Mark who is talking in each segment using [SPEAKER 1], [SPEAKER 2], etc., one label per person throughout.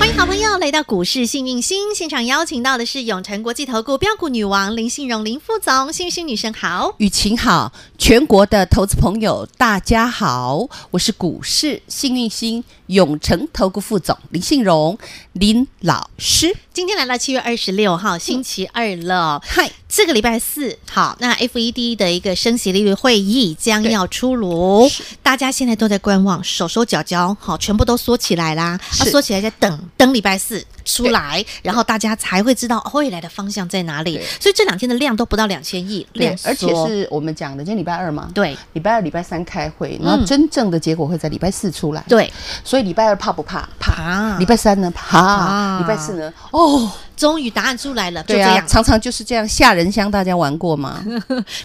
[SPEAKER 1] 欢迎好朋友来到股市幸运星现场，邀请到的是永诚国际投顾标股女王林信荣林副总，幸运星女神好。
[SPEAKER 2] 雨晴好，全国的投资朋友大家好，我是股市幸运星永诚投顾副总林信荣林老师，
[SPEAKER 1] 今天来到七月二十六
[SPEAKER 2] 嗯
[SPEAKER 1] 号星期二了，
[SPEAKER 2] 嗨，
[SPEAKER 1] 这个礼拜四，好，那 FED 的一个升息利率会议将要出
[SPEAKER 2] 哦
[SPEAKER 1] 炉，大家现在都在观望，手手脚脚好，全部都缩起来啦，啊，
[SPEAKER 2] 是
[SPEAKER 1] 缩起来再等等礼拜四出来，然后大家才会知道哦未来的方向在哪里
[SPEAKER 2] 对。
[SPEAKER 1] 所以这两天的量都不到两千亿，量
[SPEAKER 2] 而且
[SPEAKER 1] 缩
[SPEAKER 2] 是我们讲的，今天礼拜二嘛，，
[SPEAKER 1] 对
[SPEAKER 2] 礼拜二、礼拜三开会，然后真正的结果会在礼拜四出来，，
[SPEAKER 1] 对
[SPEAKER 2] 所以礼拜二怕不怕？怕。
[SPEAKER 1] 啊
[SPEAKER 2] 礼拜三呢？怕。
[SPEAKER 1] 啊
[SPEAKER 2] 礼拜四呢？哦，
[SPEAKER 1] 终于答案出来了，就
[SPEAKER 2] 对
[SPEAKER 1] 这
[SPEAKER 2] 啊，
[SPEAKER 1] 样。
[SPEAKER 2] 常常就是这样吓人香，大家玩过 吗？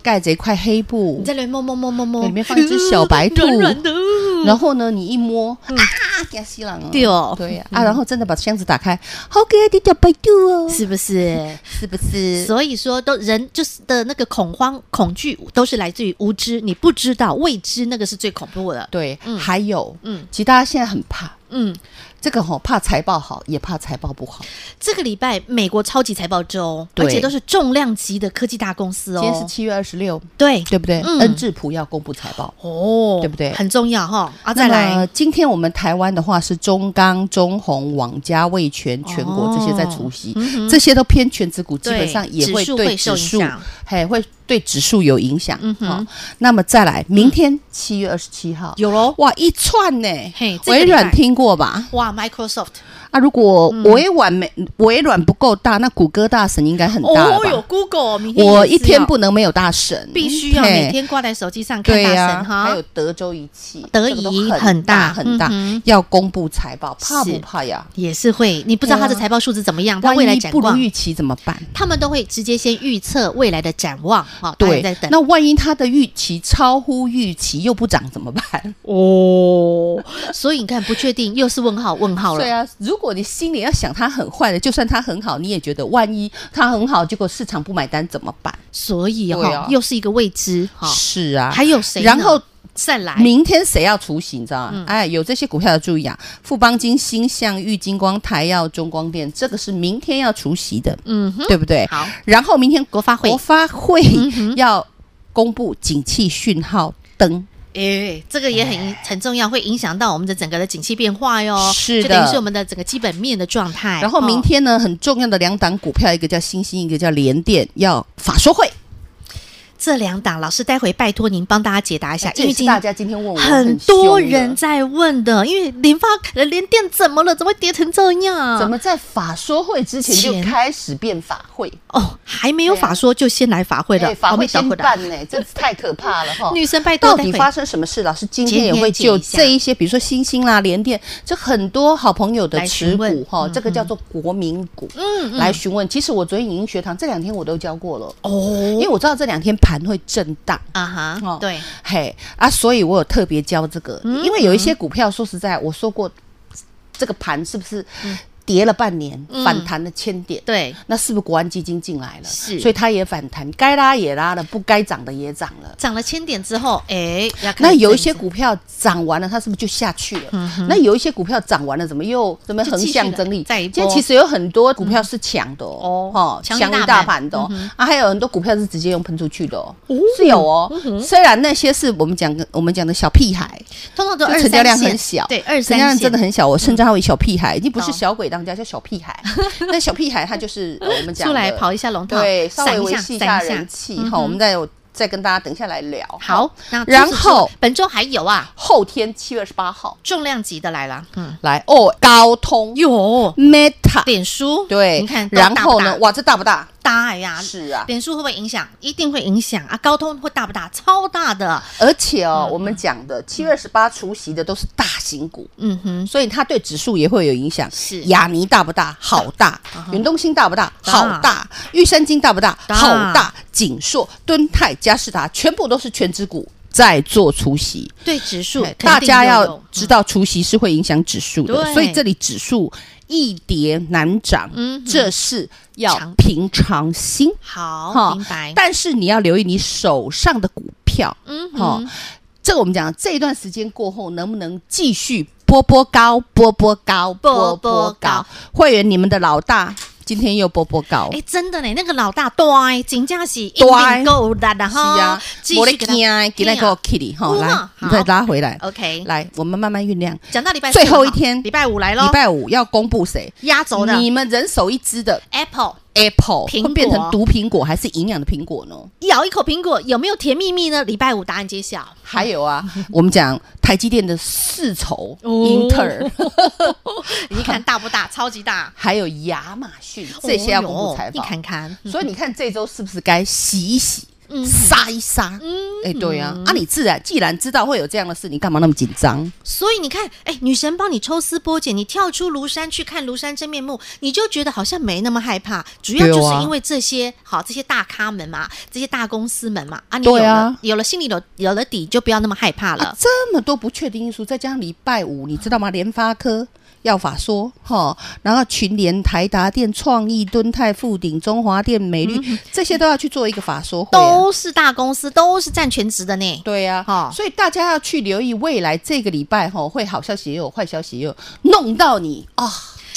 [SPEAKER 2] 盖着一块黑布
[SPEAKER 1] 你，在里面摸摸摸摸摸，
[SPEAKER 2] 里面放一只小白兔
[SPEAKER 1] 软软的，
[SPEAKER 2] 然后呢，你一摸啊，给它吸狼了，
[SPEAKER 1] 对哦
[SPEAKER 2] 嗯对呀，啊，然后真的把箱子打开，好可爱的小白兔哦，
[SPEAKER 1] 是不是？
[SPEAKER 2] 是不是？
[SPEAKER 1] 所以说，都人就是的那个恐慌、恐惧，都是来自于无知，你不知道未知，那个是最恐怖的。
[SPEAKER 2] 对
[SPEAKER 1] 嗯，
[SPEAKER 2] 还有，
[SPEAKER 1] 嗯
[SPEAKER 2] 其实大家现在很怕
[SPEAKER 1] 嗯，
[SPEAKER 2] 这个吼，怕财报好，也怕财报不好。
[SPEAKER 1] 这个礼拜美国超级财报周，
[SPEAKER 2] 对
[SPEAKER 1] 而且都是重量级的科技大公司
[SPEAKER 2] 今天是
[SPEAKER 1] 哦。
[SPEAKER 2] 七月二十六，
[SPEAKER 1] 对
[SPEAKER 2] 对不对？
[SPEAKER 1] 嗯
[SPEAKER 2] 恩智浦要公布财报。
[SPEAKER 1] 哦，
[SPEAKER 2] 对不对
[SPEAKER 1] 很重要哈。啊，再
[SPEAKER 2] 那
[SPEAKER 1] 来
[SPEAKER 2] 么，今天我们台湾的话是中钢、中宏、网家、味全、
[SPEAKER 1] 哦
[SPEAKER 2] 全国这些在除夕，这些都偏全指股，基
[SPEAKER 1] 嗯对
[SPEAKER 2] 本上也会
[SPEAKER 1] 指数
[SPEAKER 2] 对
[SPEAKER 1] 会受
[SPEAKER 2] 指数
[SPEAKER 1] 影响，
[SPEAKER 2] 还会对指数有影响。
[SPEAKER 1] 嗯哼
[SPEAKER 2] 好那么再来，明天七月二十七号，
[SPEAKER 1] 有喽。
[SPEAKER 2] 哇，一串呢
[SPEAKER 1] 嘿，这个
[SPEAKER 2] 微
[SPEAKER 1] 礼拜
[SPEAKER 2] 软听过吧？
[SPEAKER 1] 哇，Microsoft，
[SPEAKER 2] 啊，如果
[SPEAKER 1] 嗯
[SPEAKER 2] 微软没微软不够大，那谷歌大神应该很大了
[SPEAKER 1] 哦
[SPEAKER 2] 吧？
[SPEAKER 1] 有 Google，明天
[SPEAKER 2] 我
[SPEAKER 1] 也是啊
[SPEAKER 2] 一天
[SPEAKER 1] 要
[SPEAKER 2] 不能没有大神，
[SPEAKER 1] 必须要
[SPEAKER 2] 嘿
[SPEAKER 1] 每天挂在手机上看
[SPEAKER 2] 对
[SPEAKER 1] 大
[SPEAKER 2] 呀、
[SPEAKER 1] 神哈。
[SPEAKER 2] 还有德州仪器，
[SPEAKER 1] 德
[SPEAKER 2] 这个都
[SPEAKER 1] 仪很
[SPEAKER 2] 很
[SPEAKER 1] 大
[SPEAKER 2] 很大，
[SPEAKER 1] 嗯哼
[SPEAKER 2] 要公布财报，怕
[SPEAKER 1] 是
[SPEAKER 2] 不怕呀？
[SPEAKER 1] 也是会，你不知道它的
[SPEAKER 2] 对啊
[SPEAKER 1] 财报数字怎么样，它
[SPEAKER 2] 万
[SPEAKER 1] 未来
[SPEAKER 2] 一
[SPEAKER 1] 展
[SPEAKER 2] 不如
[SPEAKER 1] 望，
[SPEAKER 2] 预期怎么办？
[SPEAKER 1] 他们都会直接先预测未来的展望，哈、哦，大
[SPEAKER 2] 对
[SPEAKER 1] 家在，等。
[SPEAKER 2] 那万一它的预期超乎预期又不涨怎么办？
[SPEAKER 1] 哦，所以你看不确定，又是问号问号
[SPEAKER 2] 对
[SPEAKER 1] 了。
[SPEAKER 2] 啊，如果你心里要想它很坏的，就算它很好，你也觉得万一它很好，结果市场不买单怎么办？
[SPEAKER 1] 所以哈、
[SPEAKER 2] 对啊
[SPEAKER 1] 又是一个未知哈、
[SPEAKER 2] 是啊，
[SPEAKER 1] 还有谁呢？
[SPEAKER 2] 然后
[SPEAKER 1] 再来嗯
[SPEAKER 2] 明天谁要除息，你知道吗？哎，有这些股票要注意啊，富邦金、星象、玉金光、台药、中光电，这个是明天要除息的，
[SPEAKER 1] 嗯哼，
[SPEAKER 2] 对不对？
[SPEAKER 1] 好，
[SPEAKER 2] 然后明天国
[SPEAKER 1] 发会嗯
[SPEAKER 2] 国发会要公布景气讯号灯，
[SPEAKER 1] 诶、这个也很很重要，会影响到我们的整个的景气变化哟。
[SPEAKER 2] 哎是
[SPEAKER 1] 就等于
[SPEAKER 2] 的
[SPEAKER 1] 是我们的整个基本面的状态。
[SPEAKER 2] 然后明
[SPEAKER 1] 哦、
[SPEAKER 2] 天呢，很重要的两档股票，一个叫星星，一个叫联电，要法说会。
[SPEAKER 1] 这两档老师待会拜托您帮大家解答一下，
[SPEAKER 2] 哎这
[SPEAKER 1] 哎因
[SPEAKER 2] 也
[SPEAKER 1] 为
[SPEAKER 2] 是
[SPEAKER 1] 今天
[SPEAKER 2] 大家今天问我
[SPEAKER 1] 很
[SPEAKER 2] 凶
[SPEAKER 1] 多
[SPEAKER 2] 的
[SPEAKER 1] 人在问的，因为联发呃联电怎么了？怎么会跌成这样？
[SPEAKER 2] 怎么在法说会之前
[SPEAKER 1] 钱
[SPEAKER 2] 就开始变法会？
[SPEAKER 1] 哦，还没有
[SPEAKER 2] 对啊
[SPEAKER 1] 法说就先来法会的，
[SPEAKER 2] 哎法
[SPEAKER 1] 我
[SPEAKER 2] 会
[SPEAKER 1] 们
[SPEAKER 2] 先
[SPEAKER 1] 等会
[SPEAKER 2] 办呢， 这太可怕了哈！
[SPEAKER 1] 女生拜托，
[SPEAKER 2] 到
[SPEAKER 1] 待
[SPEAKER 2] 底
[SPEAKER 1] 会
[SPEAKER 2] 发生什么事？老师今
[SPEAKER 1] 今
[SPEAKER 2] 天也
[SPEAKER 1] 天
[SPEAKER 2] 会
[SPEAKER 1] 解一
[SPEAKER 2] 就
[SPEAKER 1] 下
[SPEAKER 2] 这一些，比如说星星啦、联电，这很多好朋友的
[SPEAKER 1] 来询
[SPEAKER 2] 持
[SPEAKER 1] 问
[SPEAKER 2] 股哈，
[SPEAKER 1] 嗯
[SPEAKER 2] 这个叫做国民股，
[SPEAKER 1] 嗯嗯
[SPEAKER 2] 来询问。其实我昨天影音学堂这两天我都教过了，因
[SPEAKER 1] 哦
[SPEAKER 2] 为我知道这两天盘会震荡。
[SPEAKER 1] 啊哈
[SPEAKER 2] 哦，
[SPEAKER 1] 对，
[SPEAKER 2] 嘿啊，所以我有特别教这个，
[SPEAKER 1] 嗯
[SPEAKER 2] 因为有一些股票，说实在，我说过，这个盘是不是
[SPEAKER 1] 嗯
[SPEAKER 2] 跌了半年，反弹了千点？
[SPEAKER 1] 对
[SPEAKER 2] 那是不是国安基金进来了？
[SPEAKER 1] 是
[SPEAKER 2] 所以它也反弹，该拉也拉了，不该涨的也涨了。
[SPEAKER 1] 涨了千点之后，哎，要看
[SPEAKER 2] 那有一
[SPEAKER 1] 政
[SPEAKER 2] 些
[SPEAKER 1] 策
[SPEAKER 2] 股票涨完了，它是不是就下去了？那有一些股票涨完了，怎么又怎么
[SPEAKER 1] 嗯就
[SPEAKER 2] 横
[SPEAKER 1] 继续
[SPEAKER 2] 向
[SPEAKER 1] 的
[SPEAKER 2] 整理？
[SPEAKER 1] 再一
[SPEAKER 2] 今天
[SPEAKER 1] 波
[SPEAKER 2] 其实有很多股票是强的哦，
[SPEAKER 1] 嗯
[SPEAKER 2] 哦
[SPEAKER 1] 强于
[SPEAKER 2] 强于
[SPEAKER 1] 大
[SPEAKER 2] 大
[SPEAKER 1] 盘嗯
[SPEAKER 2] 盘的哦，啊，还有很多股票是直接用喷出去的哦，是有哦。
[SPEAKER 1] 嗯
[SPEAKER 2] 虽然那些是我们讲的我们讲的小屁孩，
[SPEAKER 1] 通常都
[SPEAKER 2] 就
[SPEAKER 1] 二
[SPEAKER 2] 成交
[SPEAKER 1] 三
[SPEAKER 2] 量
[SPEAKER 1] 线
[SPEAKER 2] 很小，
[SPEAKER 1] 对，二
[SPEAKER 2] 成交
[SPEAKER 1] 三
[SPEAKER 2] 量
[SPEAKER 1] 线嗯
[SPEAKER 2] 真的很小，我称之它为小屁孩，已经不是
[SPEAKER 1] 懂
[SPEAKER 2] 小鬼当家，叫小屁孩。那小屁孩他就是呃我们讲
[SPEAKER 1] 出来
[SPEAKER 2] 的
[SPEAKER 1] 跑一下龙套，
[SPEAKER 2] 对，稍微
[SPEAKER 1] 闪
[SPEAKER 2] 维
[SPEAKER 1] 下
[SPEAKER 2] 系一
[SPEAKER 1] 闪
[SPEAKER 2] 下嗯人气哈，我们再有再跟大家等一下来聊。
[SPEAKER 1] 好，那除此
[SPEAKER 2] 然
[SPEAKER 1] 之
[SPEAKER 2] 后
[SPEAKER 1] 外本周还有啊，
[SPEAKER 2] 后天七月二十八号
[SPEAKER 1] 重量级的来了，嗯，
[SPEAKER 2] 来哦，高通
[SPEAKER 1] 有
[SPEAKER 2] Meta 卡，
[SPEAKER 1] 脸书
[SPEAKER 2] 对，
[SPEAKER 1] 你看，
[SPEAKER 2] 然后呢，
[SPEAKER 1] 哇，
[SPEAKER 2] 哇，这大不大？
[SPEAKER 1] 大呀，
[SPEAKER 2] 是啊，
[SPEAKER 1] 脸书会不会影响？一定会影响啊！高通会大不大？超大的，
[SPEAKER 2] 而且哦，我们讲的七月二十八除夕的都是大型股，
[SPEAKER 1] 嗯哼，
[SPEAKER 2] 所以它对指数也会有影响。
[SPEAKER 1] 是
[SPEAKER 2] 雅尼大不大？好大。远东新大不啊大？
[SPEAKER 1] 大
[SPEAKER 2] 好大。玉山金大不大？
[SPEAKER 1] 大
[SPEAKER 2] 好大。锦硕、敦泰、嘉士达，全部都是全指股在做除夕。
[SPEAKER 1] 对指数
[SPEAKER 2] 哎
[SPEAKER 1] 肯定
[SPEAKER 2] 大家
[SPEAKER 1] 又
[SPEAKER 2] 要
[SPEAKER 1] 有嗯
[SPEAKER 2] 知，道除夕是会影响指数的，
[SPEAKER 1] 对
[SPEAKER 2] 所以这里指数一跌难涨，
[SPEAKER 1] 嗯哼
[SPEAKER 2] 这是要
[SPEAKER 1] 常
[SPEAKER 2] 平常心。
[SPEAKER 1] 嗯好，
[SPEAKER 2] 哈
[SPEAKER 1] 明白，
[SPEAKER 2] 但是你要留意你手上的股票，
[SPEAKER 1] 嗯
[SPEAKER 2] 哈、
[SPEAKER 1] 哼，
[SPEAKER 2] 这个我们讲这一段时间过后，能不能继续波波高、波波高、
[SPEAKER 1] 波波高？
[SPEAKER 2] 会员，你们的老大今天又波波高，
[SPEAKER 1] 哎，真的呢，那个老大对，金价是一
[SPEAKER 2] 对
[SPEAKER 1] 定够大的
[SPEAKER 2] 是啊
[SPEAKER 1] 哈，哦继，
[SPEAKER 2] 我的
[SPEAKER 1] 续给他
[SPEAKER 2] 天，给那
[SPEAKER 1] 嘿
[SPEAKER 2] 个
[SPEAKER 1] 啊
[SPEAKER 2] Kitty 哈，
[SPEAKER 1] 嗯
[SPEAKER 2] 来
[SPEAKER 1] 啊，
[SPEAKER 2] 你再
[SPEAKER 1] 好
[SPEAKER 2] 拉回来，
[SPEAKER 1] ，OK，
[SPEAKER 2] 来，我们慢慢酝酿。
[SPEAKER 1] 讲到礼拜
[SPEAKER 2] 最
[SPEAKER 1] 四
[SPEAKER 2] 后
[SPEAKER 1] 好
[SPEAKER 2] 一天
[SPEAKER 1] 礼拜五来喽
[SPEAKER 2] 礼，拜五要公布谁？
[SPEAKER 1] 压轴的
[SPEAKER 2] 你们人手一支的
[SPEAKER 1] Apple。
[SPEAKER 2] Apple
[SPEAKER 1] 苹
[SPEAKER 2] 会
[SPEAKER 1] 果
[SPEAKER 2] 变成毒苹果还是营养的苹果呢？
[SPEAKER 1] 咬一口苹果有没有甜蜜蜜呢？礼拜五答案揭 晓。
[SPEAKER 2] 还有啊， 我们讲台积电的世仇
[SPEAKER 1] 哦
[SPEAKER 2] 英特尔，
[SPEAKER 1] 你看大不大？超级大，
[SPEAKER 2] 还有亚马逊这些要公
[SPEAKER 1] 哦
[SPEAKER 2] 布
[SPEAKER 1] 哟
[SPEAKER 2] 财
[SPEAKER 1] 你
[SPEAKER 2] 报。
[SPEAKER 1] 看看，
[SPEAKER 2] 所以你看这周是不是该洗一洗
[SPEAKER 1] 嗯，
[SPEAKER 2] 杀一杀？哎，对啊，啊，你自然既然知道会有这样的事，你干嘛那么紧张？
[SPEAKER 1] 所以你看，哎，女神帮你抽丝剥茧，你跳出庐山去看庐山真面目，你就觉得好像没那么害怕。主要就
[SPEAKER 2] 对
[SPEAKER 1] 是
[SPEAKER 2] 啊
[SPEAKER 1] 因为这些、好这些大咖们嘛，这些大公司们嘛，啊，你有
[SPEAKER 2] 对
[SPEAKER 1] 了、
[SPEAKER 2] 啊
[SPEAKER 1] 有了心里有有了底，就不要那么害怕了。
[SPEAKER 2] 啊，这么多不确定因素，再加上礼拜五，你知道吗？联发科、药法说，哈，然后群联、台达电、创意、敦泰、富鼎、中华电、美律、这些都要去做一个法说会、啊。
[SPEAKER 1] 嗯都是大公司，都是占全职的呢。
[SPEAKER 2] 对呀、
[SPEAKER 1] 哦
[SPEAKER 2] 所以大家要去留意未来这个礼拜哈，会好消息也有，坏消息也有，弄到你啊，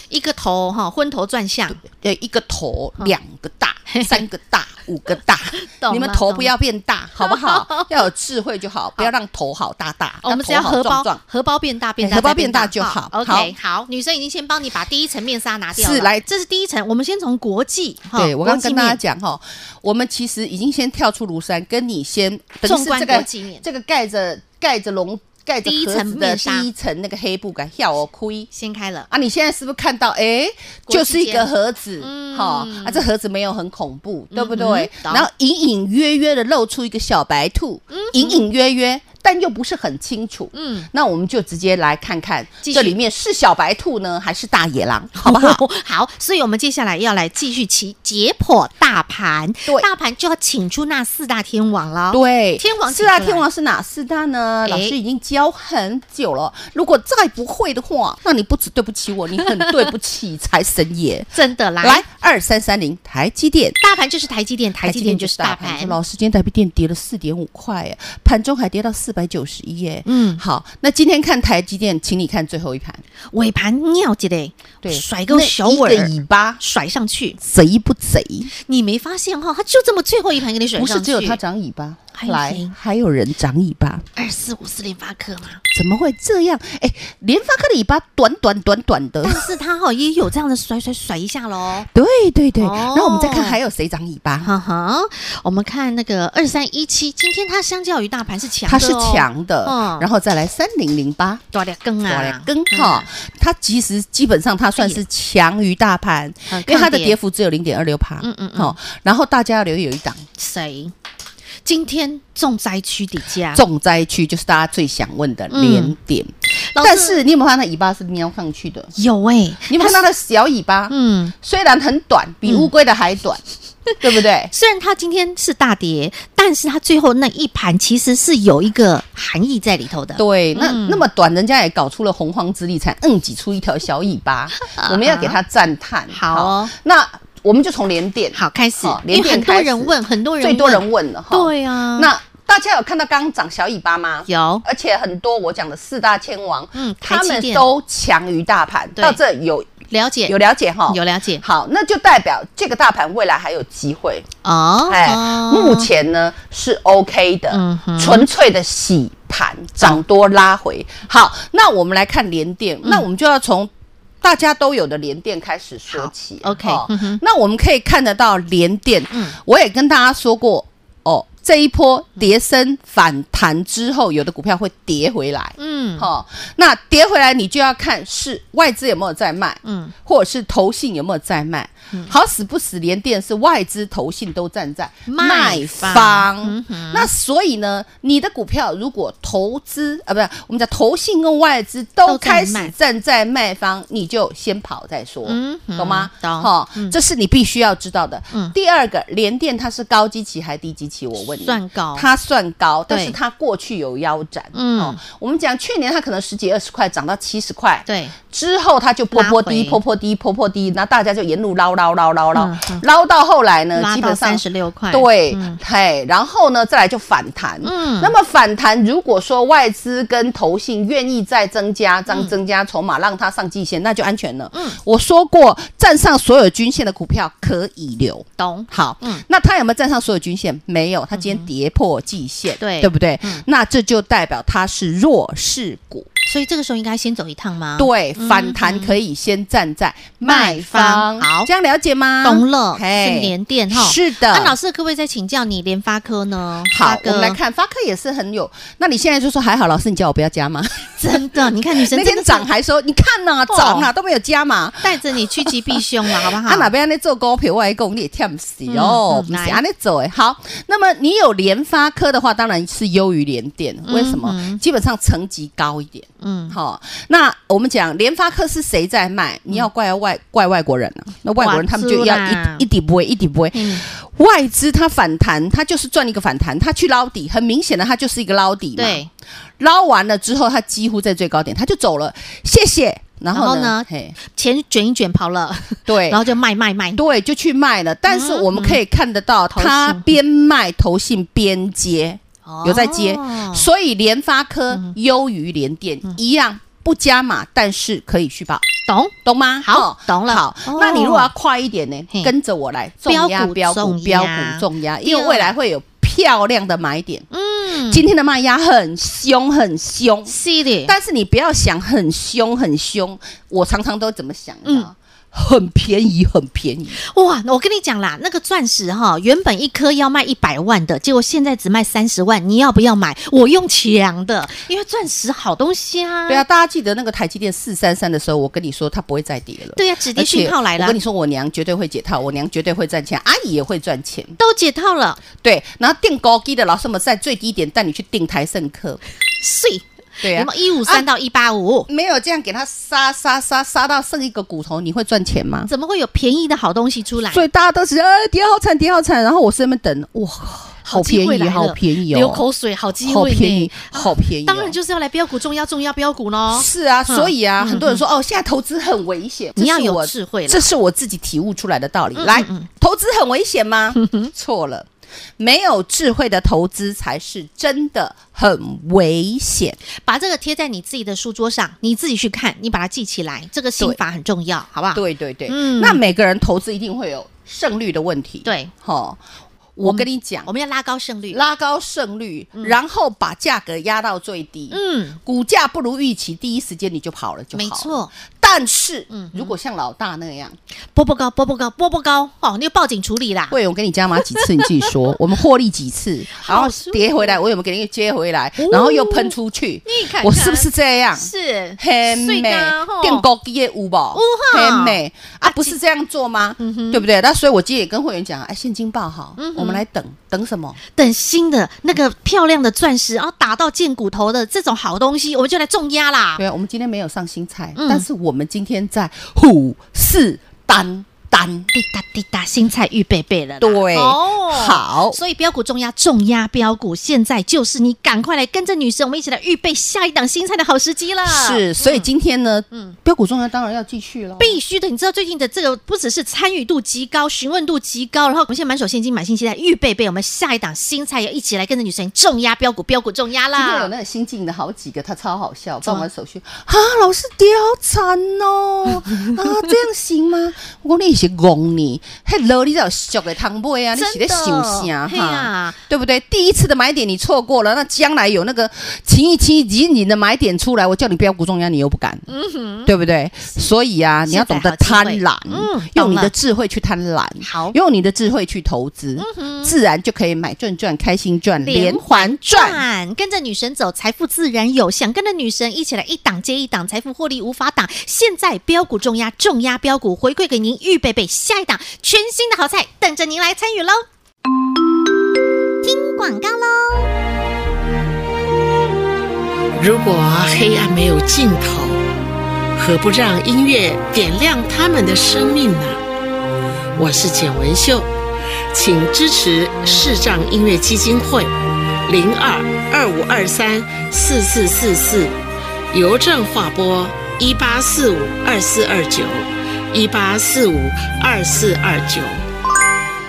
[SPEAKER 1] 一个头哈，昏头转向，
[SPEAKER 2] 呃，一个头、两个 大、三个大、五个大
[SPEAKER 1] 懂，了啊
[SPEAKER 2] 你们头不要变大，好不 好？要有智慧就好，不要让头好大大，
[SPEAKER 1] 哦我们
[SPEAKER 2] 让
[SPEAKER 1] 只要
[SPEAKER 2] 头好
[SPEAKER 1] 荷包
[SPEAKER 2] 壮壮
[SPEAKER 1] 荷包变大，变大，
[SPEAKER 2] 哎荷包
[SPEAKER 1] 再
[SPEAKER 2] 变大就好
[SPEAKER 1] OK，好，女生已经先帮你把第一层面纱拿掉了。
[SPEAKER 2] 是来
[SPEAKER 1] 这是第一层，我们先从国际哈，
[SPEAKER 2] 对，我刚
[SPEAKER 1] 国际
[SPEAKER 2] 跟大家
[SPEAKER 1] 面
[SPEAKER 2] 讲哈，我们其实已经先跳出庐山，跟你先等于
[SPEAKER 1] 纵
[SPEAKER 2] 是
[SPEAKER 1] 观
[SPEAKER 2] 这
[SPEAKER 1] 国
[SPEAKER 2] 个
[SPEAKER 1] 际面
[SPEAKER 2] 这个盖着盖着笼盖着
[SPEAKER 1] 第一
[SPEAKER 2] 盒
[SPEAKER 1] 层
[SPEAKER 2] 子的
[SPEAKER 1] 面纱
[SPEAKER 2] 第一层那个黑布给跳哦亏
[SPEAKER 1] 掀开了。
[SPEAKER 2] 啊！你现在是不是看到？哎，
[SPEAKER 1] 国际
[SPEAKER 2] 就是一
[SPEAKER 1] 间
[SPEAKER 2] 个盒子，
[SPEAKER 1] 嗯
[SPEAKER 2] 哈啊，这盒子没有很恐怖，对不对？
[SPEAKER 1] 懂
[SPEAKER 2] 然后隐隐约约的露出一个小白兔，隐隐约约，但又不是很清楚。
[SPEAKER 1] 嗯，
[SPEAKER 2] 那我们就直接来看看
[SPEAKER 1] 继
[SPEAKER 2] 这
[SPEAKER 1] 续
[SPEAKER 2] 里面是小白兔呢，还是大野狼，好 不好？？
[SPEAKER 1] 好，所以我们接下来要来继续起解剖大盘，
[SPEAKER 2] 对
[SPEAKER 1] 大盘就要请出那四大天王了。，
[SPEAKER 2] 对，
[SPEAKER 1] 啊天王
[SPEAKER 2] 四大
[SPEAKER 1] 请出来
[SPEAKER 2] 天王是哪四大呢？
[SPEAKER 1] 哎
[SPEAKER 2] 老师已经教很久了，如果再不会的话，那你不止对不起我，你很对不起财神 爷。
[SPEAKER 1] 真的啦，
[SPEAKER 2] 来，二三三零台积电。
[SPEAKER 1] 大盘就是台积电，台积电就是大盘。
[SPEAKER 2] 老师，今天台积电跌了四点五块，哎盘中还跌到四百九十一，哎，
[SPEAKER 1] 嗯，
[SPEAKER 2] 好，那今天看台积电，请你看最后一盘，
[SPEAKER 1] 尾盘尿急嘞，甩个
[SPEAKER 2] 那
[SPEAKER 1] 小
[SPEAKER 2] 一
[SPEAKER 1] 尾
[SPEAKER 2] 个
[SPEAKER 1] 儿
[SPEAKER 2] 尾巴，
[SPEAKER 1] 甩上去，
[SPEAKER 2] 贼不贼？
[SPEAKER 1] 你没发现哈？它就这么最后一盘给你甩
[SPEAKER 2] 不
[SPEAKER 1] 上去，
[SPEAKER 2] 是只有它长尾巴，
[SPEAKER 1] 还有谁
[SPEAKER 2] 来，还有人长尾巴，
[SPEAKER 1] 二四五四联发科嘛，
[SPEAKER 2] 怎么会这样？哎，联发科的尾巴短短短短的
[SPEAKER 1] 但，是它哈也有这样的甩甩甩一下喽。
[SPEAKER 2] 对对对。
[SPEAKER 1] 哦
[SPEAKER 2] 然后我们再看还有谁长尾巴，
[SPEAKER 1] 哈哈，我们看那个二三一七，今天它相较于大盘是强的、
[SPEAKER 2] 它
[SPEAKER 1] 哦，
[SPEAKER 2] 是强的
[SPEAKER 1] 嗯，
[SPEAKER 2] 然后再来三零零八。
[SPEAKER 1] 大力更
[SPEAKER 2] 哇
[SPEAKER 1] 啊
[SPEAKER 2] 嘞，根哈，它其实基本上它算是强于大盘，
[SPEAKER 1] 嗯
[SPEAKER 2] 因为它的
[SPEAKER 1] 抗跌
[SPEAKER 2] 跌幅只有零点二六帕。
[SPEAKER 1] 嗯嗯嗯
[SPEAKER 2] 好，然后大家要留意有一档
[SPEAKER 1] 谁？今天重灾区底价，
[SPEAKER 2] 重灾区，就是大家最想问的
[SPEAKER 1] 嗯
[SPEAKER 2] 连点。
[SPEAKER 1] 老
[SPEAKER 2] 但
[SPEAKER 1] 师
[SPEAKER 2] 是你有没有看它尾巴是瞄上去的？
[SPEAKER 1] 有哎、
[SPEAKER 2] 你有没有看它的小尾巴？
[SPEAKER 1] 嗯，
[SPEAKER 2] 虽然很短，比乌龟的还短，对不对？
[SPEAKER 1] 虽然它今天是大跌，但是它最后那一盘其实是有一个含义在里头的。
[SPEAKER 2] 对，那、
[SPEAKER 1] 嗯
[SPEAKER 2] 那么短，人家也搞出了洪荒之力，才嗯挤出一条小尾 巴，我们要给他赞叹。
[SPEAKER 1] 好哦
[SPEAKER 2] 那我们就从连点，
[SPEAKER 1] 好，开始
[SPEAKER 2] 好，
[SPEAKER 1] 因
[SPEAKER 2] 连
[SPEAKER 1] 为
[SPEAKER 2] 电
[SPEAKER 1] 很多
[SPEAKER 2] 开始
[SPEAKER 1] 人问，很多人
[SPEAKER 2] 最多人问了哈。
[SPEAKER 1] 对啊，
[SPEAKER 2] 那大家有看到刚刚长小尾巴吗？
[SPEAKER 1] 有
[SPEAKER 2] 而且很多我讲的四大天王，
[SPEAKER 1] 嗯台
[SPEAKER 2] 他
[SPEAKER 1] 积
[SPEAKER 2] 们
[SPEAKER 1] 电
[SPEAKER 2] 都强于大盘。
[SPEAKER 1] 对
[SPEAKER 2] 到这有
[SPEAKER 1] 了解
[SPEAKER 2] 有了解哈？
[SPEAKER 1] 有了解
[SPEAKER 2] 好，那就代表这个大盘未来还有机会。
[SPEAKER 1] 哦，
[SPEAKER 2] 哎，
[SPEAKER 1] 哦
[SPEAKER 2] 目前呢是 OK 的
[SPEAKER 1] 嗯哼，
[SPEAKER 2] 纯粹的洗盘，涨多拉回。好，那我们来看联电，
[SPEAKER 1] 嗯
[SPEAKER 2] 那我们就要从。大家都有的联电开始说起
[SPEAKER 1] 好，OK，
[SPEAKER 2] 哦
[SPEAKER 1] 嗯哼
[SPEAKER 2] 那我们可以看得到联电
[SPEAKER 1] 嗯，
[SPEAKER 2] 我也跟大家说过哦，这一波跌升反弹之后，有的股票会跌回来。
[SPEAKER 1] 嗯
[SPEAKER 2] 好、那跌回来你就要看是外资有没有在卖，
[SPEAKER 1] 嗯，
[SPEAKER 2] 或者是投信有没有在卖。好死不死，连电是外资、投信都站在
[SPEAKER 1] 卖
[SPEAKER 2] 卖
[SPEAKER 1] 方
[SPEAKER 2] 方。
[SPEAKER 1] 嗯
[SPEAKER 2] 那所以呢，你的股票如果投资啊，不是我们讲投信跟外资都
[SPEAKER 1] 都在卖
[SPEAKER 2] 开始站在卖方，你就先跑再说，
[SPEAKER 1] 嗯哼
[SPEAKER 2] 懂吗？
[SPEAKER 1] 懂嗯
[SPEAKER 2] 好、这是你必须要知道的。第二个，联电它是高基期还低基期？我问你，
[SPEAKER 1] 算高
[SPEAKER 2] 它算高，但是
[SPEAKER 1] 哦对
[SPEAKER 2] 它过去有腰斩。
[SPEAKER 1] 嗯
[SPEAKER 2] 哦，我们讲去年它可能十几二十块涨到七十块，
[SPEAKER 1] 对，
[SPEAKER 2] 之后它就波波
[SPEAKER 1] 拉
[SPEAKER 2] 低、
[SPEAKER 1] 回
[SPEAKER 2] 波波低、波波低，那大家就沿路捞捞捞捞捞
[SPEAKER 1] 嗯嗯，
[SPEAKER 2] 捞到后来呢，
[SPEAKER 1] 拉
[SPEAKER 2] 基
[SPEAKER 1] 到
[SPEAKER 2] 本
[SPEAKER 1] 三
[SPEAKER 2] 上
[SPEAKER 1] 十六块，
[SPEAKER 2] 对
[SPEAKER 1] 嗯，
[SPEAKER 2] 嘿，然后呢，再来就反弹。
[SPEAKER 1] 嗯
[SPEAKER 2] 那么反弹，如果说外资跟投信愿意再增加、
[SPEAKER 1] 嗯
[SPEAKER 2] 增增加筹码，让它上季线，那就安全了。嗯，我说过，站上所有均线的股票可以留。
[SPEAKER 1] 懂
[SPEAKER 2] 好，
[SPEAKER 1] 嗯
[SPEAKER 2] 那它有没有站上所有均线？没有，它今天跌破季线，
[SPEAKER 1] 对嗯
[SPEAKER 2] 对不对？那这就代表它是弱势股。
[SPEAKER 1] 所以这个时候应该先走一趟吗？，
[SPEAKER 2] 对，反弹可以先站在卖
[SPEAKER 1] 嗯卖方
[SPEAKER 2] 方，
[SPEAKER 1] 好
[SPEAKER 2] 这样了解吗？
[SPEAKER 1] 懂了，
[SPEAKER 2] 嘿
[SPEAKER 1] 啊是联电哈。啊
[SPEAKER 2] 是的。
[SPEAKER 1] 那老师可不可以再请教你联发科呢？发
[SPEAKER 2] 好，
[SPEAKER 1] 哥
[SPEAKER 2] 我们来，看发科也是很有。那你现在就说还好，老师你叫我不要加嘛。
[SPEAKER 1] 真的，你看女生
[SPEAKER 2] 那
[SPEAKER 1] 真的
[SPEAKER 2] 天
[SPEAKER 1] 是哦
[SPEAKER 2] 涨还说你看呐、涨啊啦、都没有加嘛。
[SPEAKER 1] 带着你趋吉避凶 了，好不好？
[SPEAKER 2] 啊，哪边那做股票，我讲你也忝死哦，
[SPEAKER 1] 嗯嗯
[SPEAKER 2] 不是
[SPEAKER 1] 来
[SPEAKER 2] 安尼走哎。好，那么你有联发科的话，当然是优于联电，为什么？基本上层级高一点。
[SPEAKER 1] 嗯，
[SPEAKER 2] 好、那我们讲联发科是谁在卖？你要怪外怪外国人啊，那外国人他们就要
[SPEAKER 1] 外资啦
[SPEAKER 2] 一一底不会，一底不会。
[SPEAKER 1] 嗯
[SPEAKER 2] 外资它反弹，它就是赚一个反弹，它去捞底，很明显的它就是一个捞底嘛。，
[SPEAKER 1] 对，
[SPEAKER 2] 捞完了之后，它几乎在最高点，它就走了，谢谢。然后呢？
[SPEAKER 1] 然后呢
[SPEAKER 2] 嘿，
[SPEAKER 1] 钱卷一卷跑了，
[SPEAKER 2] 对
[SPEAKER 1] 然。后就卖卖卖，
[SPEAKER 2] 对，就去卖了，但是我们可以看得到，
[SPEAKER 1] 嗯投信
[SPEAKER 2] 它边卖投信边接，
[SPEAKER 1] 哦嗯
[SPEAKER 2] 有在接，所以联发科优于联电一样，不加码，但是可以续报。
[SPEAKER 1] 懂？
[SPEAKER 2] 懂吗？
[SPEAKER 1] 好
[SPEAKER 2] 哦
[SPEAKER 1] 懂了
[SPEAKER 2] 好
[SPEAKER 1] 哦，
[SPEAKER 2] 那你如果要快一点呢
[SPEAKER 1] 嘿，
[SPEAKER 2] 跟着我来重压
[SPEAKER 1] 标
[SPEAKER 2] 标
[SPEAKER 1] 股
[SPEAKER 2] 股
[SPEAKER 1] 重压
[SPEAKER 2] 标股重压，因
[SPEAKER 1] 对
[SPEAKER 2] 为
[SPEAKER 1] 哦
[SPEAKER 2] 未来会有漂亮的买点。
[SPEAKER 1] 嗯，
[SPEAKER 2] 今天的卖压很凶很凶，
[SPEAKER 1] 是的，
[SPEAKER 2] 但是你不要想很凶很凶，我常常都怎么想？
[SPEAKER 1] 嗯
[SPEAKER 2] 嗯。很便宜，很便宜，
[SPEAKER 1] 哇，我跟你讲啦，那个钻石哈，原本一颗要卖一百万的，结果现在只卖三十万，你要不要买？我用抢的，因为钻石好东西啊。
[SPEAKER 2] 对啊，，大家记得那个台积电四三三的时候，我跟你说它不会再跌了，
[SPEAKER 1] 对啊呀、指
[SPEAKER 2] 而
[SPEAKER 1] 定
[SPEAKER 2] 且
[SPEAKER 1] 讯号来
[SPEAKER 2] 我
[SPEAKER 1] 了
[SPEAKER 2] 跟，你说，我娘绝对会解套，我娘绝对会赚钱，阿姨也会赚钱，
[SPEAKER 1] 都解套了，
[SPEAKER 2] 对。然后定高低的老师们在最低点带你去定台盛科，
[SPEAKER 1] 碎。
[SPEAKER 2] 对
[SPEAKER 1] 有
[SPEAKER 2] 啊
[SPEAKER 1] 没有，一五三到一八五？
[SPEAKER 2] 没有这样给他杀杀杀杀到剩一个骨头，你会赚钱吗？
[SPEAKER 1] 怎么会有便宜的好东西出来？
[SPEAKER 2] 所以大家都是呃跌好惨跌好惨，然后我是在那边等，哇，好
[SPEAKER 1] 机
[SPEAKER 2] 便
[SPEAKER 1] 会
[SPEAKER 2] 宜
[SPEAKER 1] 来了
[SPEAKER 2] 好便宜
[SPEAKER 1] 流
[SPEAKER 2] 哦，
[SPEAKER 1] 口水，好机会呢
[SPEAKER 2] 好便宜好便宜哦，
[SPEAKER 1] 当然就是要来标股重要重要标股喽。
[SPEAKER 2] 是啊，所以啊，
[SPEAKER 1] 哦嗯
[SPEAKER 2] 很多人说哦，现在投资很危险，
[SPEAKER 1] 你要
[SPEAKER 2] 这是我
[SPEAKER 1] 有智慧了嗯
[SPEAKER 2] 这是我自己体悟出来的道理。来，投资很危 险吗？错了。没有智慧的投资才是真的很危险。
[SPEAKER 1] 把这个贴在你自己的书桌上，你自己去看，你把它记起来，这个心法很重要，好不好？
[SPEAKER 2] 对对对，
[SPEAKER 1] 嗯
[SPEAKER 2] 那每个人投资一定会有胜率的问题。
[SPEAKER 1] 对，
[SPEAKER 2] 好，我跟你讲
[SPEAKER 1] 我，们要拉高胜率。
[SPEAKER 2] 拉高胜率，然后把价格压到最低。
[SPEAKER 1] 嗯，
[SPEAKER 2] 股价不如预期，第一时间你就跑了就好了
[SPEAKER 1] 没。错，嗯
[SPEAKER 2] 但是，如果像老大那样，
[SPEAKER 1] 波波高，波波高，波波高，哦，你要报警处理啦。
[SPEAKER 2] 会我给你加码几次，你自己 说。我们获利几次，然后
[SPEAKER 1] 舒服
[SPEAKER 2] 跌回来，我有没有给你接回来
[SPEAKER 1] 哦，
[SPEAKER 2] 然后又喷出去？
[SPEAKER 1] 你看看啊
[SPEAKER 2] 我是不是这样？
[SPEAKER 1] 是
[SPEAKER 2] 很美，
[SPEAKER 1] 更
[SPEAKER 2] 电高低也五宝
[SPEAKER 1] 有，哈
[SPEAKER 2] 很美啊！不是这样做吗？
[SPEAKER 1] 嗯
[SPEAKER 2] 对不对？那所以我今天也跟会员讲，哎，现金报好，我们来等等什么？
[SPEAKER 1] 等新的那个漂亮的钻石，然后打到见骨头的这种好东西，我们就来重压啦。
[SPEAKER 2] 对啊，我们今天没有上新菜，
[SPEAKER 1] 嗯
[SPEAKER 2] 但是我们今天在虎视眈眈。
[SPEAKER 1] 滴答滴答，新菜预备备了啦。
[SPEAKER 2] 对
[SPEAKER 1] 哦
[SPEAKER 2] 好
[SPEAKER 1] 所以标股重压，重压标股，现在就是你赶快来跟着女神，我们一起来预备下一档新菜的好时机了。
[SPEAKER 2] 是，所
[SPEAKER 1] 嗯
[SPEAKER 2] 以今天呢，标股重要当然要继续了。
[SPEAKER 1] 必须的，你知道最近的这个不只是参与度极高，询问度极高，然后我们现在满手现金、满心期待，预备备我们下一档新菜，要一起来跟着女神重压标股，标股重压
[SPEAKER 2] 今天有
[SPEAKER 1] 啦！
[SPEAKER 2] 那个新进的好几个，他超好笑，
[SPEAKER 1] 啊怎么
[SPEAKER 2] 办完手续啊，老师跌好惨哦，啊，这样行吗？我说你是是戆你，嘿，楼你才有俗的汤买啊，你是
[SPEAKER 1] 真
[SPEAKER 2] 在
[SPEAKER 1] 的，
[SPEAKER 2] 想啥
[SPEAKER 1] 嘿
[SPEAKER 2] 哈？
[SPEAKER 1] 呀，
[SPEAKER 2] 对不对？第一次的买点你错过了，那将来有那个情一情一你的买点出来，我叫你标股中央，你又不敢，对不对？所以啊，你要懂得贪婪，
[SPEAKER 1] 嗯，
[SPEAKER 2] 用
[SPEAKER 1] 懂
[SPEAKER 2] 你的
[SPEAKER 1] 了嗯
[SPEAKER 2] 智慧去贪婪，
[SPEAKER 1] 好
[SPEAKER 2] 用你的智慧去投资，自然就可以买赚赚、开心赚、连环赚。
[SPEAKER 1] 赚，跟着女神走，财富自然有。想跟着女神一起来一档接一档，财富获利无法挡。现在标股重压，重压标股回馈给您，预备备下一档全新的好菜等着您来参与喽！听广告喽。
[SPEAKER 3] 如果黑暗没有尽头，何不让音乐点亮他们的生命呢？我是简文秀，请支持视障音乐基金会，零二二五二三四四四四，邮政划拨一八四五二四二九，一八四五二四二九。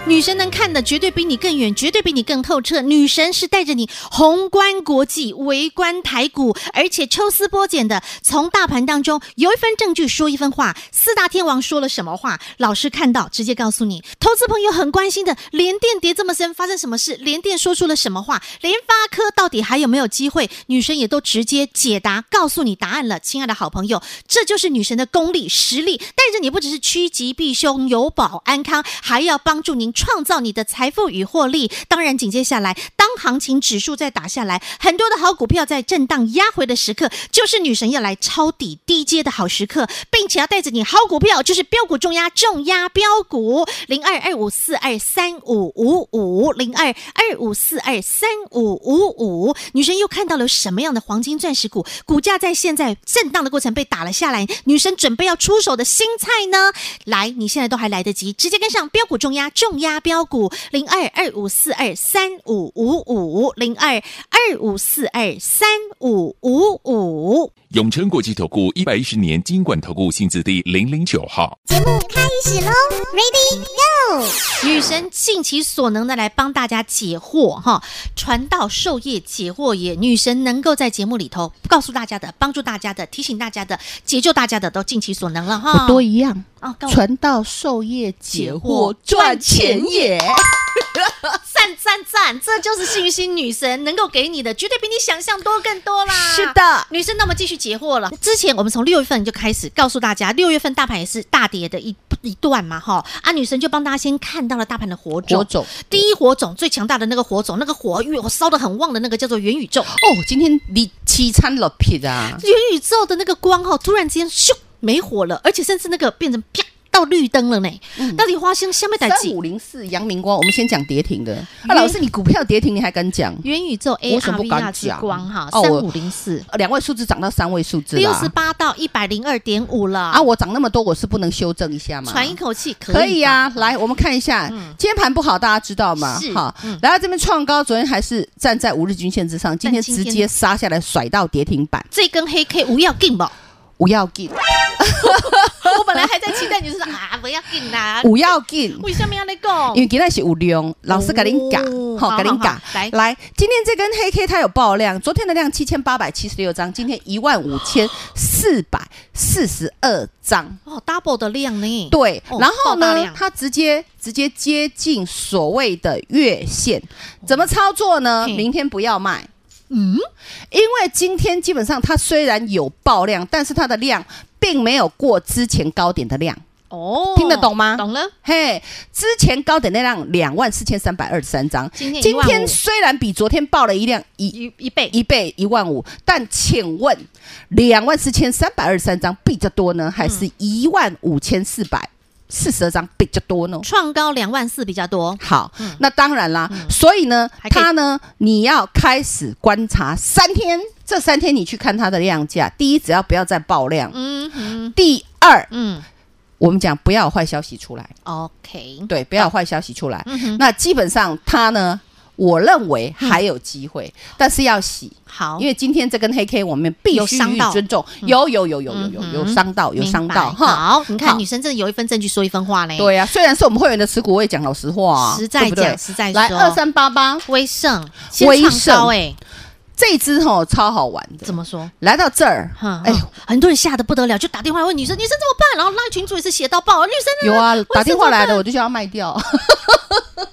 [SPEAKER 1] 女神能看的绝对比你更远，绝对比你更透彻。女神是带着你宏观国际、围观台股，而且抽丝剥茧的从大盘当中有一分证据说一分话。四大天王说了什么话？老师看到直接告诉你。投资朋友很关心的，联电跌这么深，发生什么事？联电说出了什么话？联发科到底还有没有机会？女神也都直接解答，告诉你答案了，亲爱的好朋友，这就是女神的功力、实力，带着你不只是趋吉避凶、有保安康，还要帮助您创造你的财富与获利。当然，紧接下来，当行情指数再打下来，很多的好股票在震荡压回的时刻，就是女神要来抄底低阶的好时刻，并且要带着你好股票，就是标股重压、重压标股零二二五四二三五五五零二二五四二三五五五。女神又看到了什么样的黄金钻石股？股价在现在震荡的过程被打了下来，女神准备要出手的新菜呢？来，你现在都还来得及，直接跟上标股重压，重压标股零二二五四二三五五五零二二五四二三五五五。
[SPEAKER 4] 永诚国际投顾一百一十年金管投顾性质第零零九号。
[SPEAKER 1] 女神尽其所能的来帮大家解惑哈，传道授业解惑也。女神能够在节目里头告诉大家的、帮助大家的、提醒大家的、解救大家的，都尽其所能了哈。
[SPEAKER 2] 我多一样，
[SPEAKER 1] 哦，告
[SPEAKER 2] 传道授业解惑赚钱也。
[SPEAKER 1] 赞赞赞，这就是幸运女神能够给你的，绝对比你想象多更多啦。
[SPEAKER 2] 是的，
[SPEAKER 1] 女生，那么继续截获了。之前我们从六月份就开始告诉大家，六月份大盘也是大跌的一一段嘛，哈啊，女神就帮大家先看到了大盘的火种。
[SPEAKER 2] 火种
[SPEAKER 1] 第一火种最强大的那个火种，那个火越烧得很旺的那个叫做元宇 宙，
[SPEAKER 2] 哦，今天你七餐了撇啊！
[SPEAKER 1] 元宇宙的那个光哈，突然之间咻没火了，而且甚至那个变成啪到绿灯了呢。
[SPEAKER 2] 嗯
[SPEAKER 1] 到底花生下面在
[SPEAKER 2] 三
[SPEAKER 1] 几
[SPEAKER 2] 五？零四阳明光，我们先讲跌停的。啊，老师，你股票跌停你还敢讲？
[SPEAKER 1] 元宇宙
[SPEAKER 2] 我为什
[SPEAKER 1] AR
[SPEAKER 2] 么不敢
[SPEAKER 1] VR 之
[SPEAKER 2] 讲
[SPEAKER 1] 光哈，
[SPEAKER 2] 哦
[SPEAKER 1] 三
[SPEAKER 2] 我
[SPEAKER 1] 五零四。
[SPEAKER 2] 呃两位数字涨到三位数字
[SPEAKER 1] 六
[SPEAKER 2] 啦
[SPEAKER 1] 十。八到一百零二点五了
[SPEAKER 2] 啊，我涨那么多，我是不能修正一下吗？
[SPEAKER 1] 喘一口气可以
[SPEAKER 2] 可以
[SPEAKER 1] 吧
[SPEAKER 2] 啊，来，我们看一嗯下，今天盘不好，大家知道吗
[SPEAKER 1] 是？
[SPEAKER 2] 好，来到这边创高，昨天还是站在五日均线之上，今天
[SPEAKER 1] 今
[SPEAKER 2] 直
[SPEAKER 1] 天
[SPEAKER 2] 接杀下来，甩到跌停板，
[SPEAKER 1] 这根黑 K 不要进吧，
[SPEAKER 2] 不要进，
[SPEAKER 1] 我本来还在期待你是啊不要进啦，
[SPEAKER 2] 不要进。
[SPEAKER 1] 为什么要来讲
[SPEAKER 2] 因？为今天是有量，老师给您讲
[SPEAKER 1] 哦，
[SPEAKER 2] 好给您
[SPEAKER 1] 好
[SPEAKER 2] 讲
[SPEAKER 1] 好。来
[SPEAKER 2] 来，今天这根黑 K 它有爆量，昨天的量七千八百七十六张，今天一万五千四百四十二张。
[SPEAKER 1] 哦，double 的量呢？
[SPEAKER 2] 对，
[SPEAKER 1] 哦
[SPEAKER 2] 然
[SPEAKER 1] 爆
[SPEAKER 2] 后
[SPEAKER 1] 大
[SPEAKER 2] 呢
[SPEAKER 1] 量，
[SPEAKER 2] 它直接直接接近所谓的月线，怎么操作呢？
[SPEAKER 1] 哦嘿
[SPEAKER 2] 明天不要卖。嗯，因为今天基本上它虽然有爆量，但是它的量并没有过之前高点的量。
[SPEAKER 1] 哦，
[SPEAKER 2] 听得懂吗
[SPEAKER 1] 懂了，
[SPEAKER 2] 嘿，之前高点那量两万四千三百二十三张，
[SPEAKER 1] 今天
[SPEAKER 2] 今
[SPEAKER 1] 15,000
[SPEAKER 2] 天虽然比昨天爆了一量一
[SPEAKER 1] 一一倍，
[SPEAKER 2] 一倍一万五，但请问两万四千三百二十三张比较多呢，还
[SPEAKER 1] 嗯
[SPEAKER 2] 是一万五千四百四十二张比较多呢？
[SPEAKER 1] 创高两万四比较多，
[SPEAKER 2] 好，那当然啦。所以呢
[SPEAKER 1] 嗯还，可以
[SPEAKER 2] 它呢，你要开始观察三天，这三天你去看它的量价。第一，只要不要再爆量；
[SPEAKER 1] 嗯嗯
[SPEAKER 2] 第二，
[SPEAKER 1] 嗯
[SPEAKER 2] 我们讲不要有坏消息出来，
[SPEAKER 1] ，OK，
[SPEAKER 2] 对，不要有坏消息出来。
[SPEAKER 1] 嗯哼，嗯
[SPEAKER 2] 那基本上它呢，我认为还有机会，但是要洗。
[SPEAKER 1] 好，
[SPEAKER 2] 因为今天这根黑 K 我们必
[SPEAKER 1] 有
[SPEAKER 2] 须
[SPEAKER 1] 伤
[SPEAKER 2] 予以
[SPEAKER 1] 到嗯
[SPEAKER 2] 尊重，有有有有有有有
[SPEAKER 1] 嗯哼
[SPEAKER 2] 伤到有伤到
[SPEAKER 1] 明白
[SPEAKER 2] 哈，
[SPEAKER 1] 好，你看
[SPEAKER 2] 好
[SPEAKER 1] 女生真的有一份证据说一份话嘞，，
[SPEAKER 2] 对呀、虽然是我们会员的持股，我也讲老实话啊、
[SPEAKER 1] 实在
[SPEAKER 2] 对不对
[SPEAKER 1] 讲实在
[SPEAKER 2] 来
[SPEAKER 1] 说
[SPEAKER 2] 二三八八，
[SPEAKER 1] 威盛先
[SPEAKER 2] 威
[SPEAKER 1] 创
[SPEAKER 2] 盛
[SPEAKER 1] 高哎，
[SPEAKER 2] 这只哈超好玩的，
[SPEAKER 1] 怎么说？
[SPEAKER 2] 来到这儿
[SPEAKER 1] 哈，，哎
[SPEAKER 2] 哎呦，
[SPEAKER 1] 很多人吓得不得了，就打电话问女生，女生怎么办？然后那群主也是写到爆，女生
[SPEAKER 2] 有啊
[SPEAKER 1] 为什么，
[SPEAKER 2] 打电话来的我就叫他卖掉。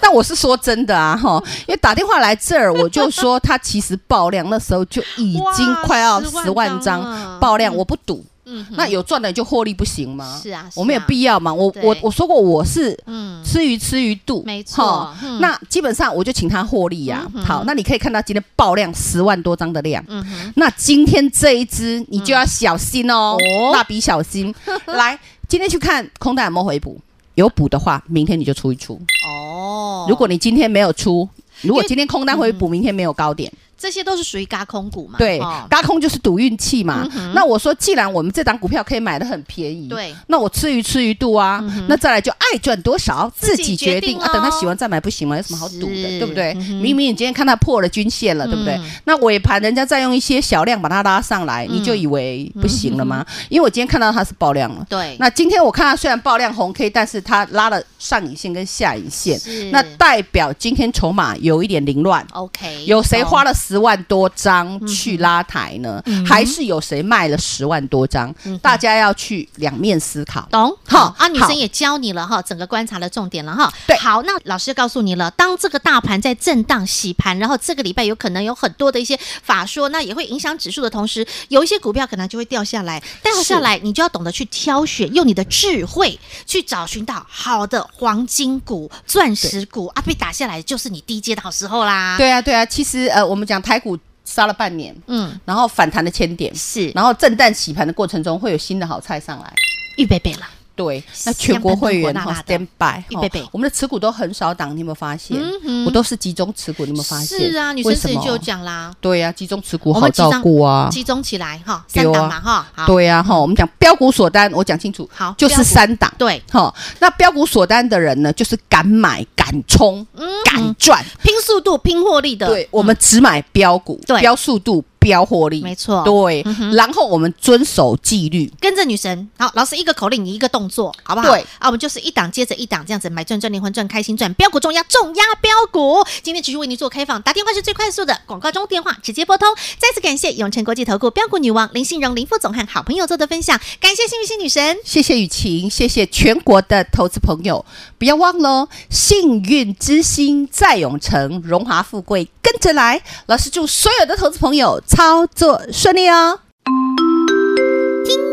[SPEAKER 2] 但我是说真的啊，哈，因为打电话来这儿，我就说他其实爆量，那时候就已经
[SPEAKER 1] 哇
[SPEAKER 2] 快要
[SPEAKER 1] 10
[SPEAKER 2] 十万
[SPEAKER 1] 张了
[SPEAKER 2] 张爆量，我不赌。
[SPEAKER 1] 嗯哼
[SPEAKER 2] 那有赚的就获利不行吗？
[SPEAKER 1] 是啊是啊
[SPEAKER 2] 我没有必要嘛。我
[SPEAKER 1] 对
[SPEAKER 2] 我我说过我是
[SPEAKER 1] 嗯
[SPEAKER 2] 吃鱼吃鱼肚，
[SPEAKER 1] 没错
[SPEAKER 2] 哈
[SPEAKER 1] 嗯
[SPEAKER 2] 那基本上我就请他获利呀。好，那你可以看到今天爆量十万多张的量，
[SPEAKER 1] 嗯哼，
[SPEAKER 2] 那今天这一只你就要小心哦
[SPEAKER 1] 哦，
[SPEAKER 2] 蜡笔小 新。来，今天去看空单有没有回补，有补的话，明天你就出一出。
[SPEAKER 1] 哦，
[SPEAKER 2] 如果你今天没有出，如
[SPEAKER 1] 因
[SPEAKER 2] 果
[SPEAKER 1] 为
[SPEAKER 2] 今天空单回补，明天没有高点，
[SPEAKER 1] 这些都是属于嘎空股嘛，
[SPEAKER 2] 对
[SPEAKER 1] 哦，嗯
[SPEAKER 2] 嘎空就是赌运气嘛。那我说，既然我们这档股票可以买的很便宜，
[SPEAKER 1] 对，
[SPEAKER 2] 那我吃鱼吃鱼肚啊，那再来就爱赚多少
[SPEAKER 1] 嗯自
[SPEAKER 2] 自
[SPEAKER 1] 己
[SPEAKER 2] 己
[SPEAKER 1] 决
[SPEAKER 2] 决
[SPEAKER 1] 定
[SPEAKER 2] 定
[SPEAKER 1] 哦
[SPEAKER 2] 啊，等它洗完再买不行吗？有什么好赌
[SPEAKER 1] 是
[SPEAKER 2] 的，对不对
[SPEAKER 1] 嗯？
[SPEAKER 2] 明明你今天看它破了均线了，对不对
[SPEAKER 1] 嗯？
[SPEAKER 2] 那尾盘人家再用一些小量把它拉上来，你就以为不行了
[SPEAKER 1] 嗯
[SPEAKER 2] 吗？因为我今天看到它是爆量了。
[SPEAKER 1] 对，
[SPEAKER 2] 那今天我看它虽然爆量红 K，但是它拉了上影线跟下影线
[SPEAKER 1] 是，
[SPEAKER 2] 那代表今天筹码有一点凌乱。
[SPEAKER 1] OK，
[SPEAKER 2] 有谁花
[SPEAKER 1] 了？
[SPEAKER 2] 了十万多张去拉抬呢？还是有谁卖了十万多张？大家要去两面思考。
[SPEAKER 1] 懂
[SPEAKER 2] 好
[SPEAKER 1] 好啊，女
[SPEAKER 2] 好
[SPEAKER 1] 生也教你了哈，整个观察的重点了哈。
[SPEAKER 2] 对
[SPEAKER 1] 好，那老师告诉你了，当这个大盘在震荡洗盘，然后这个礼拜有可能有很多的一些法说，那也会影响指数的同时，有一些股票可能就会掉下来，掉下来你就要懂得去挑选，用你的智慧去找寻到好的黄金股、钻石股啊，被打下来就是你低阶的好时候啦。，
[SPEAKER 2] 对啊，对啊，其实呃，我们讲台股杀了半年，
[SPEAKER 1] 嗯，
[SPEAKER 2] 然后反弹了千点，
[SPEAKER 1] 是
[SPEAKER 2] 然后震荡洗盘的过程中会有新的好菜上来。
[SPEAKER 1] 预备备了，
[SPEAKER 2] 对，那全国会员
[SPEAKER 1] 香
[SPEAKER 2] 哈
[SPEAKER 1] 喷喷火
[SPEAKER 2] stand by，
[SPEAKER 1] 预备备
[SPEAKER 2] 哦我们的持股都很少档，你有没有发现
[SPEAKER 1] 嗯哼？
[SPEAKER 2] 我都是集中持股，你有没有发现？
[SPEAKER 1] 是啊，女生
[SPEAKER 2] 为
[SPEAKER 1] 之
[SPEAKER 2] 什
[SPEAKER 1] 前
[SPEAKER 2] 么
[SPEAKER 1] 就有讲啦，
[SPEAKER 2] 对呀，集中持股
[SPEAKER 1] 我
[SPEAKER 2] 好
[SPEAKER 1] 们集
[SPEAKER 2] 照
[SPEAKER 1] 中
[SPEAKER 2] 顾啊，
[SPEAKER 1] 集中起来哈，
[SPEAKER 2] 对
[SPEAKER 1] 三
[SPEAKER 2] 啊
[SPEAKER 1] 档嘛哈，好，
[SPEAKER 2] 对呀，哈，我们讲标股锁单，我讲清楚，
[SPEAKER 1] 好
[SPEAKER 2] 就是三档，
[SPEAKER 1] 对，
[SPEAKER 2] 哈。那标股锁单的人呢，就是敢买、敢冲、
[SPEAKER 1] 嗯
[SPEAKER 2] 敢赚，
[SPEAKER 1] 拼速度、拼获利的，
[SPEAKER 2] 对，我们只买标股，
[SPEAKER 1] 嗯对
[SPEAKER 2] 标速度、标获利，
[SPEAKER 1] 没错嗯
[SPEAKER 2] 对。然后我们遵守纪律，
[SPEAKER 1] 跟着女神，好，老师一个口令，你一个动作，好不好？
[SPEAKER 2] 对
[SPEAKER 1] 啊，我们就是一档接着一档这样子，买赚赚，灵魂赚，开心赚，标股重压重压标股。今天持续为您做开放，打电话是最快速的，广告中电话直接拨通。再次感谢永诚国际投顾标股女王林信荣林副总和好朋友做的分享，感谢幸运星女神。
[SPEAKER 2] 谢谢雨晴，谢谢全国的投资朋友，不要忘了哦，幸运之星在永城，荣华富贵跟着来。老师祝所有的投资朋友操作顺利哦。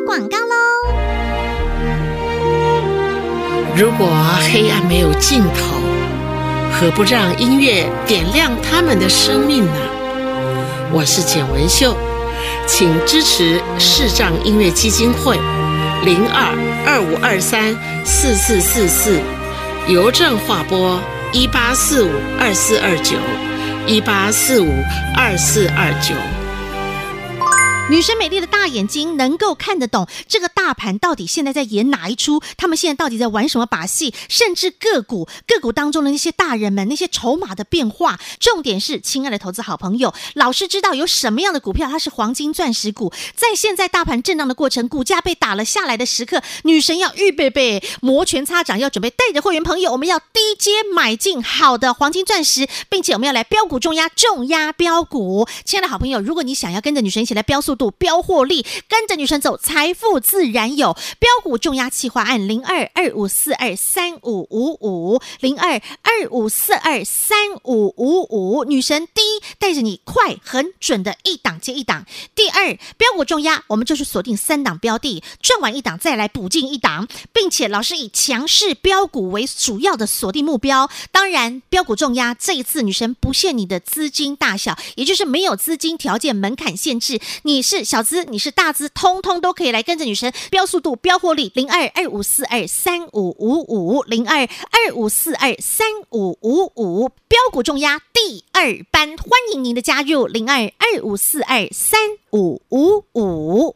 [SPEAKER 1] 广告喽。
[SPEAKER 3] 如果黑暗没有尽头，何不让音乐点亮他们的生命呢？我是简文秀，请支持视障音乐基金会，零二二五二三四四四四，邮政划拨一八四五二四二九，一八四五二四二九。
[SPEAKER 1] 女生美丽的大眼睛能够看得懂这个大盘到底现在在演哪一出，他们现在到底在玩什么把戏，甚至个股个股当中的那些大人们那些筹码的变化。重点是，亲爱的投资好朋友，老师知道有什么样的股票它是黄金钻石股，在现在大盘震荡的过程，股价被打了下来的时刻，女神要预备备摩拳擦掌，要准备带着会员朋友，我们要低阶买进好的黄金钻石，并且我们要来标股重压重压标股。亲爱的好朋友，如果你想要跟着女神一起来飙速度、飙获利，跟着女神走，财富自然有。标股重压企划案零二二五四二三五五五零二二五四二三五五五，女神第一带着你快、很准的一档接一档。第二，标股重压，我们就是锁定三档标的，赚完一档再来补进一档，并且老师以强势标股为主要的锁定目标。当然，标股重压这一次女神不限你的资金大小，也就是没有资金条件门槛限制，你是小资，你是大资，通通都可以来跟着女神标速度、标获利。零二二五四二三五五五零二二五四二三五五五标股重压第二班，欢迎您的加入零二二五四二三五五五。